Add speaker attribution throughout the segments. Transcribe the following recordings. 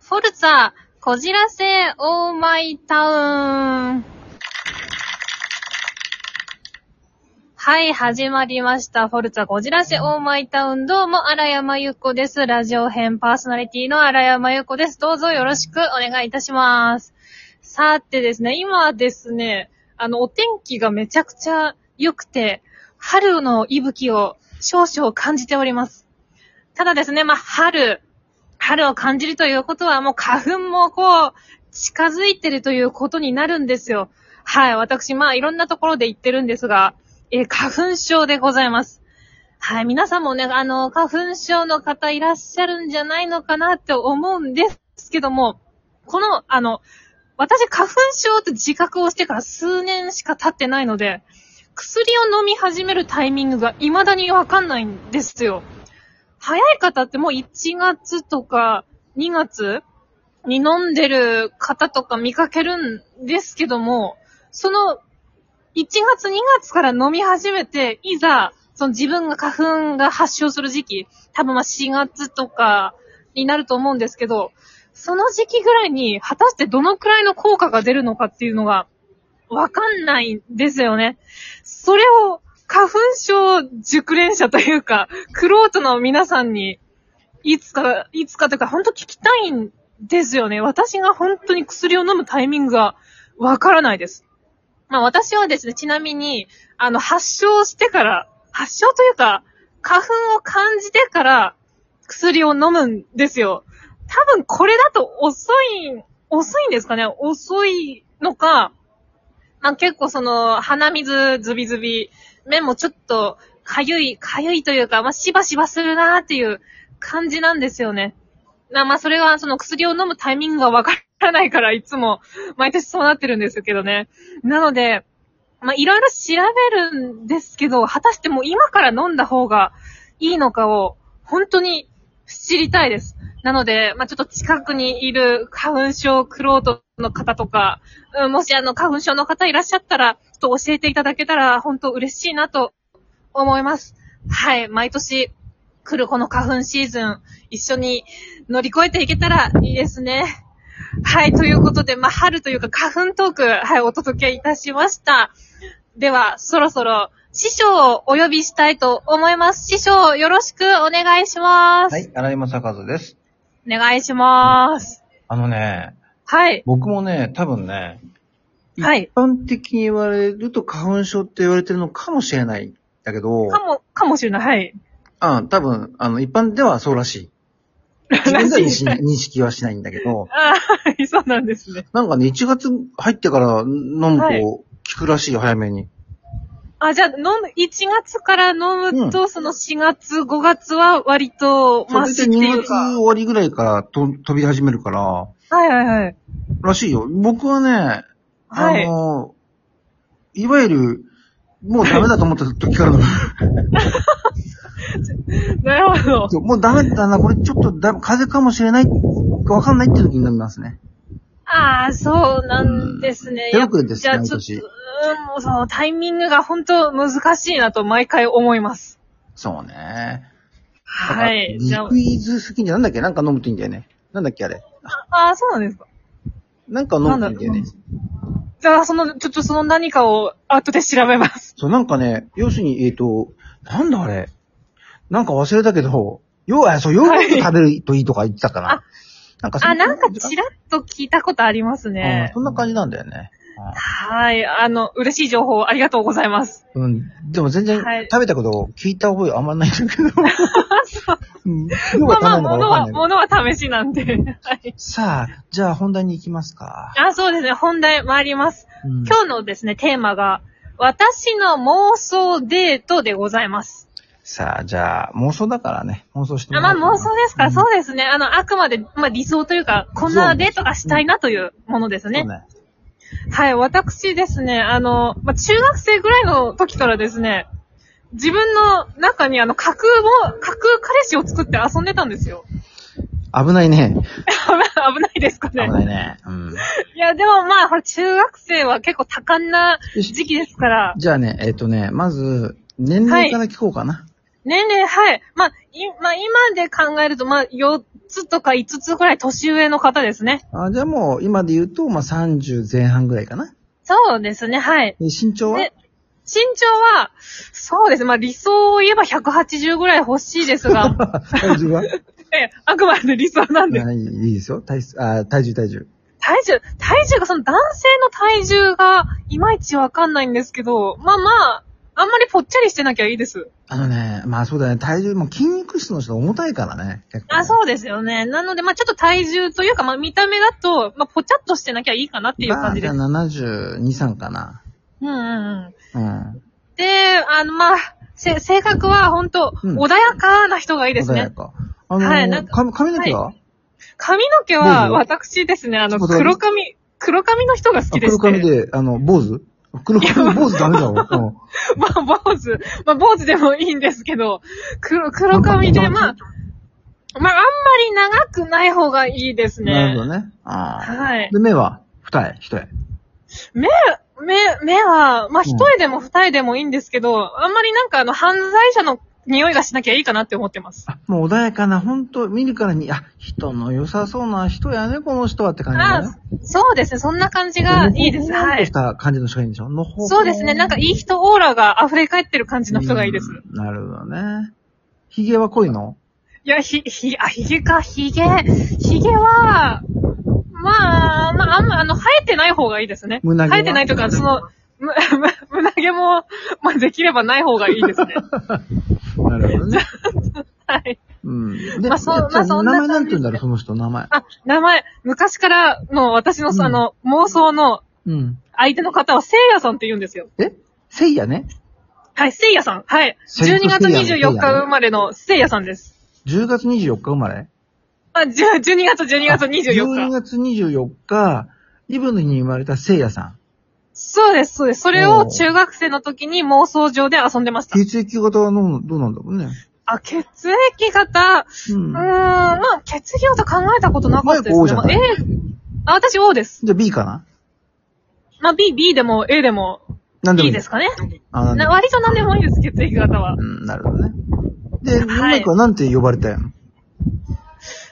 Speaker 1: フォルツァ、こじらせ、オーマイタウン。はい、始まりました。フォルツァ、こじらせ、オーマイタウン。どうも、荒山由子です。ラジオ編パーソナリティの荒山由子です。どうぞよろしくお願いいたします。さてですね、今ですね、あの、お天気がめちゃくちゃ良くて、春の息吹を少々感じております。ただですね、まあ、春、春を感じるということは、もう花粉もこう、近づいてるということになるんですよ。はい、私、まあ、いろんなところで言ってるんですが、えー花粉症でございます。はい、皆さんもね、あの、花粉症の方いらっしゃるんじゃないのかなって思うんですけども、この、あの、私、花粉症って自覚をしてから数年しか経ってないので、薬を飲み始めるタイミングが未だにわかんないんですよ。早い方ってもう1月とか2月に飲んでる方とか見かけるんですけども、その1月2月から飲み始めて、いざ、その自分が花粉が発症する時期、多分まあ4月とかになると思うんですけど、その時期ぐらいに果たしてどのくらいの効果が出るのかっていうのがわかんないんですよね。それを花粉症熟練者というか、クロートの皆さんに、いつか、いつかというか、本当聞きたいんですよね。私が本当に薬を飲むタイミングがわからないです。まあ私はですね、ちなみに、あの、発症してから、発症というか、花粉を感じてから薬を飲むんですよ。多分これだと遅い、遅いんですかね遅いのか、まあ結構その、鼻水ズビズビ、目もちょっと、かゆい、かゆいというか、まあしばしばするなーっていう感じなんですよね。まあまあそれはその薬を飲むタイミングがわからないから、いつも、毎年そうなってるんですけどね。なので、まあ、いろいろ調べるんですけど、果たしてもう今から飲んだ方がいいのかを、本当に知りたいです。なので、まあ、ちょっと近くにいる花粉症クロートの方とか、うんもしあの花粉症の方いらっしゃったら、ちょっと教えていただけたら、本当嬉しいなと思います。はい、毎年来るこの花粉シーズン、一緒に乗り越えていけたらいいですね。はい、ということで、まあ、春というか花粉トーク、はい、お届けいたしました。では、そろそろ、師匠をお呼びしたいと思います。師匠、よろしくお願いします。
Speaker 2: はい、荒山坂和です。
Speaker 1: お願いします。
Speaker 2: あのね、
Speaker 1: はい。
Speaker 2: 僕もね、多分ね、
Speaker 1: はい。
Speaker 2: 一般的に言われると花粉症って言われてるのかもしれない。だけど、
Speaker 1: かも、かもしれない。はい。
Speaker 2: あ多分、あの、一般ではそうらしい。 自分では認識 認識はしないんだけど、
Speaker 1: あー はい、そうなんですね。
Speaker 2: なんかね、1月入ってから飲む
Speaker 1: はい
Speaker 2: と聞くらしいよ、早めに。
Speaker 1: あ、じゃあ、飲む、1月から飲むと、その4月、5月は割と、
Speaker 2: そ
Speaker 1: マ
Speaker 2: れ
Speaker 1: シ
Speaker 2: で
Speaker 1: ってい
Speaker 2: 2
Speaker 1: う
Speaker 2: 月
Speaker 1: か。
Speaker 2: 終わりぐらいからと飛び始めるから、
Speaker 1: はいはいはい。
Speaker 2: らしいよ。僕はね、あ
Speaker 1: はい。
Speaker 2: の、いわゆる、もうダメだと思った時からの
Speaker 1: なるほど。
Speaker 2: そうもうダメだな、これちょっとだ風邪かもしれない、わかんないって時になりますね。
Speaker 1: ああ、そうなんですね。
Speaker 2: 手遅れです
Speaker 1: じゃあ
Speaker 2: ね、
Speaker 1: ちょっと、
Speaker 2: 私。
Speaker 1: うん、もうそのタイミングが本当難しいなと毎回思います。
Speaker 2: そうね。
Speaker 1: はい。
Speaker 2: リ
Speaker 1: じゃあ
Speaker 2: ク、イズ好きじゃなんだっけなんか飲むといいんだよね。なんだっけあれ。
Speaker 1: ああ、そうなんですか。
Speaker 2: なんか飲むといいんだよね
Speaker 1: なん。じゃあ、その、ちょっとその何かを後で調べます。
Speaker 2: そう、なんかね、要するに、えっ、と、なんだあれ。なんか忘れたけど、よう、あそう、ヨーグルト食べるといいとか言ってたから。
Speaker 1: はいあ
Speaker 2: なんかそ
Speaker 1: あ、なんかちらっと聞いたことあります
Speaker 2: うん
Speaker 1: ね。
Speaker 2: そんな感じなんだよね。
Speaker 1: はい。あの、嬉しい情報ありがとうございます。
Speaker 2: うん。でも全然
Speaker 1: はい
Speaker 2: 食べたこと聞いた覚えあんまないんだ けど。うん量
Speaker 1: ま
Speaker 2: が
Speaker 1: あまあ、
Speaker 2: 足んな
Speaker 1: も
Speaker 2: いのか
Speaker 1: の
Speaker 2: わかん
Speaker 1: は、
Speaker 2: ないけど
Speaker 1: ものは試しなんで。はい。
Speaker 2: さあ、じゃあ本題に行きますか。
Speaker 1: あ、そうですね。本題参ります。
Speaker 2: うん
Speaker 1: 今日のですね、テーマが、私の妄想デートでございます。
Speaker 2: さあ、じゃあ妄想だからね。妄想して
Speaker 1: あ
Speaker 2: ら
Speaker 1: まあ
Speaker 2: お
Speaker 1: 妄
Speaker 2: うかな
Speaker 1: 想ですか、
Speaker 2: うん
Speaker 1: そうですね。あの、あくまで、まあ理想というか、こんなデートがしたいなというものですね。
Speaker 2: そうね。
Speaker 1: はい、私ですね、あの、まあ中学生ぐらいの時からですね、自分の中にあの、架空を、架空彼氏を作って遊んでたんですよ。
Speaker 2: 危ないね。
Speaker 1: 危ないですか
Speaker 2: 危
Speaker 1: ね。
Speaker 2: ないね。うん。
Speaker 1: いや、でもまあ、ほら、中学生は結構多感な時期ですから、
Speaker 2: じゃあね、えっ、とね、まず、年齢から聞こうかな。
Speaker 1: 年齢、はい。まあ、い、まあ、今で考えると、まあ、よ、つとか5つくらい年上の方ですね。
Speaker 2: あじゃあもう、今で言うと、まあ、30前半ぐらいかな。
Speaker 1: そうですね、はい。
Speaker 2: で身長は
Speaker 1: で身長は、そうですね、まあ理想を言えば180ぐらい欲しいです が、
Speaker 2: 体重は
Speaker 1: ええあくまで理想なんで。
Speaker 2: はいいいですよ。体質あ体重、体重。
Speaker 1: 体重、体重がその男性の体重がいまいちわかんないんですけど、まあまあ、あんまりぽっちゃりしてなきゃいいです。
Speaker 2: あのね、まあそうだね、体重も筋肉質の人重たいからね。結構ね
Speaker 1: あ、そうですよね。なので、まあちょっと体重というか、まあ見た目だと、まあぽちゃっとしてなきゃいいかなっていう感じです。
Speaker 2: まあ、じゃあ72、3かな。
Speaker 1: うんうんうん。
Speaker 2: うん。
Speaker 1: で、あの、まあ、せ、性格は本当、
Speaker 2: うん
Speaker 1: 穏やかな人がいいです
Speaker 2: 穏や
Speaker 1: ね。
Speaker 2: か。あの、
Speaker 1: はいなんか
Speaker 2: 髪髪の毛は、
Speaker 1: 髪の毛
Speaker 2: どう
Speaker 1: は、
Speaker 2: ぞ
Speaker 1: 私ですね、あの、
Speaker 2: ちょっと待って
Speaker 1: 黒髪、黒髪の人が好
Speaker 2: あ
Speaker 1: きで
Speaker 2: 黒
Speaker 1: して。
Speaker 2: 髪で、あの、坊主黒髪の坊主ダメだろ。うん
Speaker 1: まあ、坊主。まあ、坊主でもいいんですけど、黒、黒髪で、まあ、まあ、あんまり長くない方がいいです
Speaker 2: なる
Speaker 1: ね
Speaker 2: ほ。どね。ああ。
Speaker 1: はい。
Speaker 2: で、目は二重、一重。
Speaker 1: 目、目は、まあ、一重でも二重でもいいんですけど、あんまりなんかあの、犯罪者の匂いがしなきゃいいかなって思ってます。
Speaker 2: あ、もう穏やかな、ほんと、見るからに、あ、人の良さそうな人やね、この人はって感じだ
Speaker 1: あ
Speaker 2: ね。
Speaker 1: そうですね、そんな感じがいいです。
Speaker 2: のほほん
Speaker 1: は
Speaker 2: と
Speaker 1: い
Speaker 2: し。た感じの人がいいんでしょのほほん
Speaker 1: そうですね、なんかいい人オーラが溢れ返ってる感じの人がいいです。
Speaker 2: うんなるほどね。髭は濃いの
Speaker 1: いや、ひ、ひ、あ、ひげか、ひげ。ひげは、まあ、まあ、あんま、あの、生えてない方がいいですね。
Speaker 2: 胸毛は
Speaker 1: 生えてないというか、その、む、む、胸毛も、まあ、できればない方がいいですね。
Speaker 2: なるほ どね。
Speaker 1: はい。
Speaker 2: うん。で、
Speaker 1: まあそう
Speaker 2: じ
Speaker 1: ま
Speaker 2: ゃ
Speaker 1: あそんな
Speaker 2: 名前なん
Speaker 1: 感じ
Speaker 2: て言うんだろう、その人、名前。
Speaker 1: あ、名前、昔からの私の、
Speaker 2: うん
Speaker 1: あの、妄想の
Speaker 2: うん。
Speaker 1: 相手の方は、せいやさんって言うんですよ。
Speaker 2: えせいやね。
Speaker 1: はい、せいやさん。はい。
Speaker 2: せいや
Speaker 1: 12月
Speaker 2: せいや
Speaker 1: 24
Speaker 2: ね
Speaker 1: 日生まれのせいやさんです。
Speaker 2: 10月24日生まれ
Speaker 1: あ、じゅ12月、12月24
Speaker 2: 12
Speaker 1: 日。
Speaker 2: 月24日、イブの日に生まれたせいやさ
Speaker 1: そうです、そうです。それ
Speaker 2: お
Speaker 1: を
Speaker 2: ー
Speaker 1: 中学生の時に妄想上で遊んでまし
Speaker 2: ん。
Speaker 1: た。
Speaker 2: 血液型はどうどうなんだろうね。
Speaker 1: あ、血液型、
Speaker 2: う
Speaker 1: うーん、
Speaker 2: ん。じゃ
Speaker 1: まあ、血液型考えたことなかったです
Speaker 2: マイ
Speaker 1: ね。
Speaker 2: ク
Speaker 1: ま
Speaker 2: O
Speaker 1: あ、
Speaker 2: じゃ
Speaker 1: A
Speaker 2: ん、
Speaker 1: あ、私 O です。
Speaker 2: あ B かな
Speaker 1: まあ、B、B でも A でも
Speaker 2: なんでも
Speaker 1: い
Speaker 2: い
Speaker 1: い
Speaker 2: い
Speaker 1: ですかね。
Speaker 2: あ、なんで
Speaker 1: な
Speaker 2: もいい
Speaker 1: 割と何でもいいです、血液型は。
Speaker 2: うん、なるほどね。で、
Speaker 1: はい
Speaker 2: マイクはなんて呼ばれたいの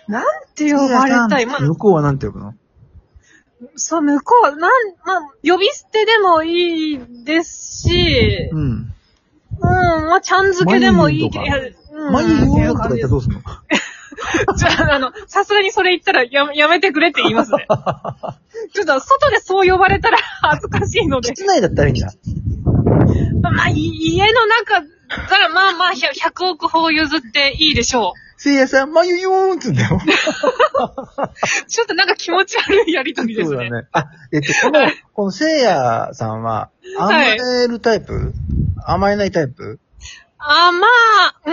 Speaker 1: なんて呼ばれたい。まあ、
Speaker 2: 向こうはなんて呼ぶの
Speaker 1: そう、向こう、なん、まあ、呼び捨てでもいいですし、う、
Speaker 2: うんん。
Speaker 1: まあ、ちゃん付けでもいいけど、い
Speaker 2: マ
Speaker 1: やうん
Speaker 2: マイ
Speaker 1: ってい
Speaker 2: ヨ
Speaker 1: う
Speaker 2: ーとか
Speaker 1: 感
Speaker 2: 言
Speaker 1: じで
Speaker 2: ったら
Speaker 1: す
Speaker 2: どうすんの
Speaker 1: じゃ あ、あの、さすがにそれ言ったらややめてくれって言います ね。ちょっと、外でそう呼ばれたら恥ずかしいので。
Speaker 2: 室内だったらいいんだ。
Speaker 1: まあ、い家の中からまあまあひゃ100億歩譲っていいでしょ
Speaker 2: せいやさん、マイヨーンって言うん だよ。
Speaker 1: う。ちょっとなんか気持ち悪いやりとりです
Speaker 2: そう
Speaker 1: ね。
Speaker 2: だね。あ、えっと、この、このせいやさんは、甘
Speaker 1: はい
Speaker 2: えるタイプ、甘えないタイプ
Speaker 1: あ、まあ、うー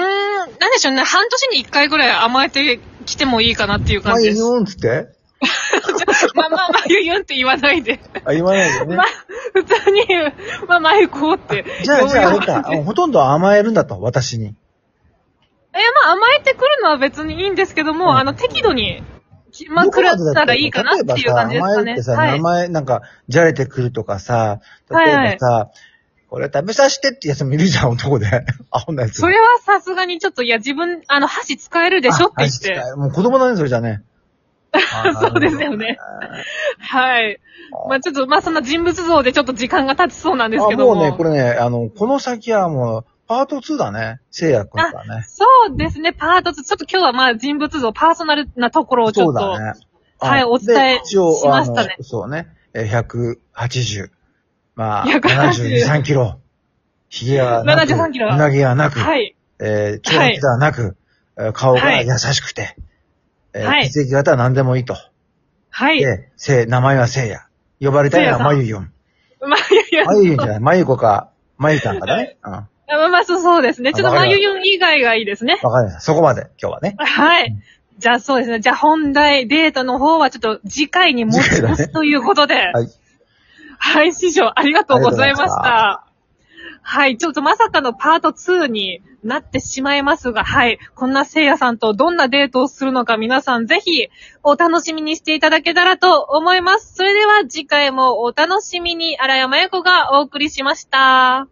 Speaker 1: ん、なんでしょうね。半年に1回ぐらい甘えてきてもいいかなっていう感
Speaker 2: マ
Speaker 1: じ
Speaker 2: イ
Speaker 1: です。
Speaker 2: ヨーンつって
Speaker 1: まあまあ、まゆゆんって言わないで。
Speaker 2: あ、言わないよね
Speaker 1: まあ。、普通に、まあ、まゆこうって。
Speaker 2: じゃあ、じゃあ、あれ か。
Speaker 1: え、ま
Speaker 2: ほとんど甘えるんだと、私に。
Speaker 1: あ甘えてくるのは別にいいんですけども、あの、適度に、きまあ、
Speaker 2: どこ
Speaker 1: く
Speaker 2: ま
Speaker 1: ら
Speaker 2: でだ
Speaker 1: ったらいいかなっていう感じですか
Speaker 2: 例え
Speaker 1: ね
Speaker 2: ば。さ、甘えるってさ、
Speaker 1: は
Speaker 2: 名
Speaker 1: い。
Speaker 2: 前なんか、じゃれてくるとかさ、例えばさ、これ食べさせてってやつもいるじゃん、男で。 アホなやつ。
Speaker 1: それはさすがにちょっと、いや、自分、あの、箸使えるでしょって言っ
Speaker 2: あ
Speaker 1: て。。
Speaker 2: あもう子供だね、それじゃね。
Speaker 1: そうですよね。はい。まあちょっと、まあそんな人物像でちょっと時間が経ちそうなんです
Speaker 2: あ、
Speaker 1: けども。
Speaker 2: もうね、これね、あの、この先はもう、パート2だね。せいやくんはね。
Speaker 1: そうですね、パート2。ちょっと今日はまあ人物像、パーソナルなところをち
Speaker 2: そ
Speaker 1: ょ
Speaker 2: う
Speaker 1: っと。
Speaker 2: だね。
Speaker 1: はい
Speaker 2: あ
Speaker 1: お伝え
Speaker 2: で一応
Speaker 1: しましたね
Speaker 2: あのそうね。えー180。まあ、
Speaker 1: 180
Speaker 2: 72、3キロ。髭はなく、
Speaker 1: 73キロ
Speaker 2: 胸毛はなく、
Speaker 1: はい。
Speaker 2: えー、長髪ではなく、えー顔が優しくて、えー
Speaker 1: はい
Speaker 2: 血液型は何でもいいと。
Speaker 1: はい。
Speaker 2: で、せい、名前はせいや。呼ばれたいのはまゆゆん。
Speaker 1: まあいやいや
Speaker 2: まゆゆんじゃない、まゆこか、まゆたんかだね。うん。わ
Speaker 1: あまあまあそうそうですね。ちょっ
Speaker 2: あ
Speaker 1: と
Speaker 2: わか
Speaker 1: ま
Speaker 2: りま
Speaker 1: ゆ
Speaker 2: した
Speaker 1: ゆん以外がいいですね。
Speaker 2: かりました。そこまで、今日はね。
Speaker 1: はい。じゃあそうですね。じゃあ本題、デートの方はちょっと次回に持ち
Speaker 2: 次回だ
Speaker 1: 越
Speaker 2: ね
Speaker 1: すということで。
Speaker 2: はい。
Speaker 1: はい、師匠、ありがとうございまし
Speaker 2: あ
Speaker 1: た。はい、ちょっとまさかのパート2になってしまいますが、はい、こんな聖夜さんとどんなデートをするのか皆さんぜひお楽しみにしていただけたらと思います。それでは次回もお楽しみに荒山由子がお送りしました。